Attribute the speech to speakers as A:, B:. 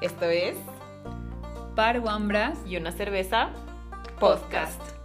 A: Esto es
B: Par Wambras
A: Y una cerveza podcast.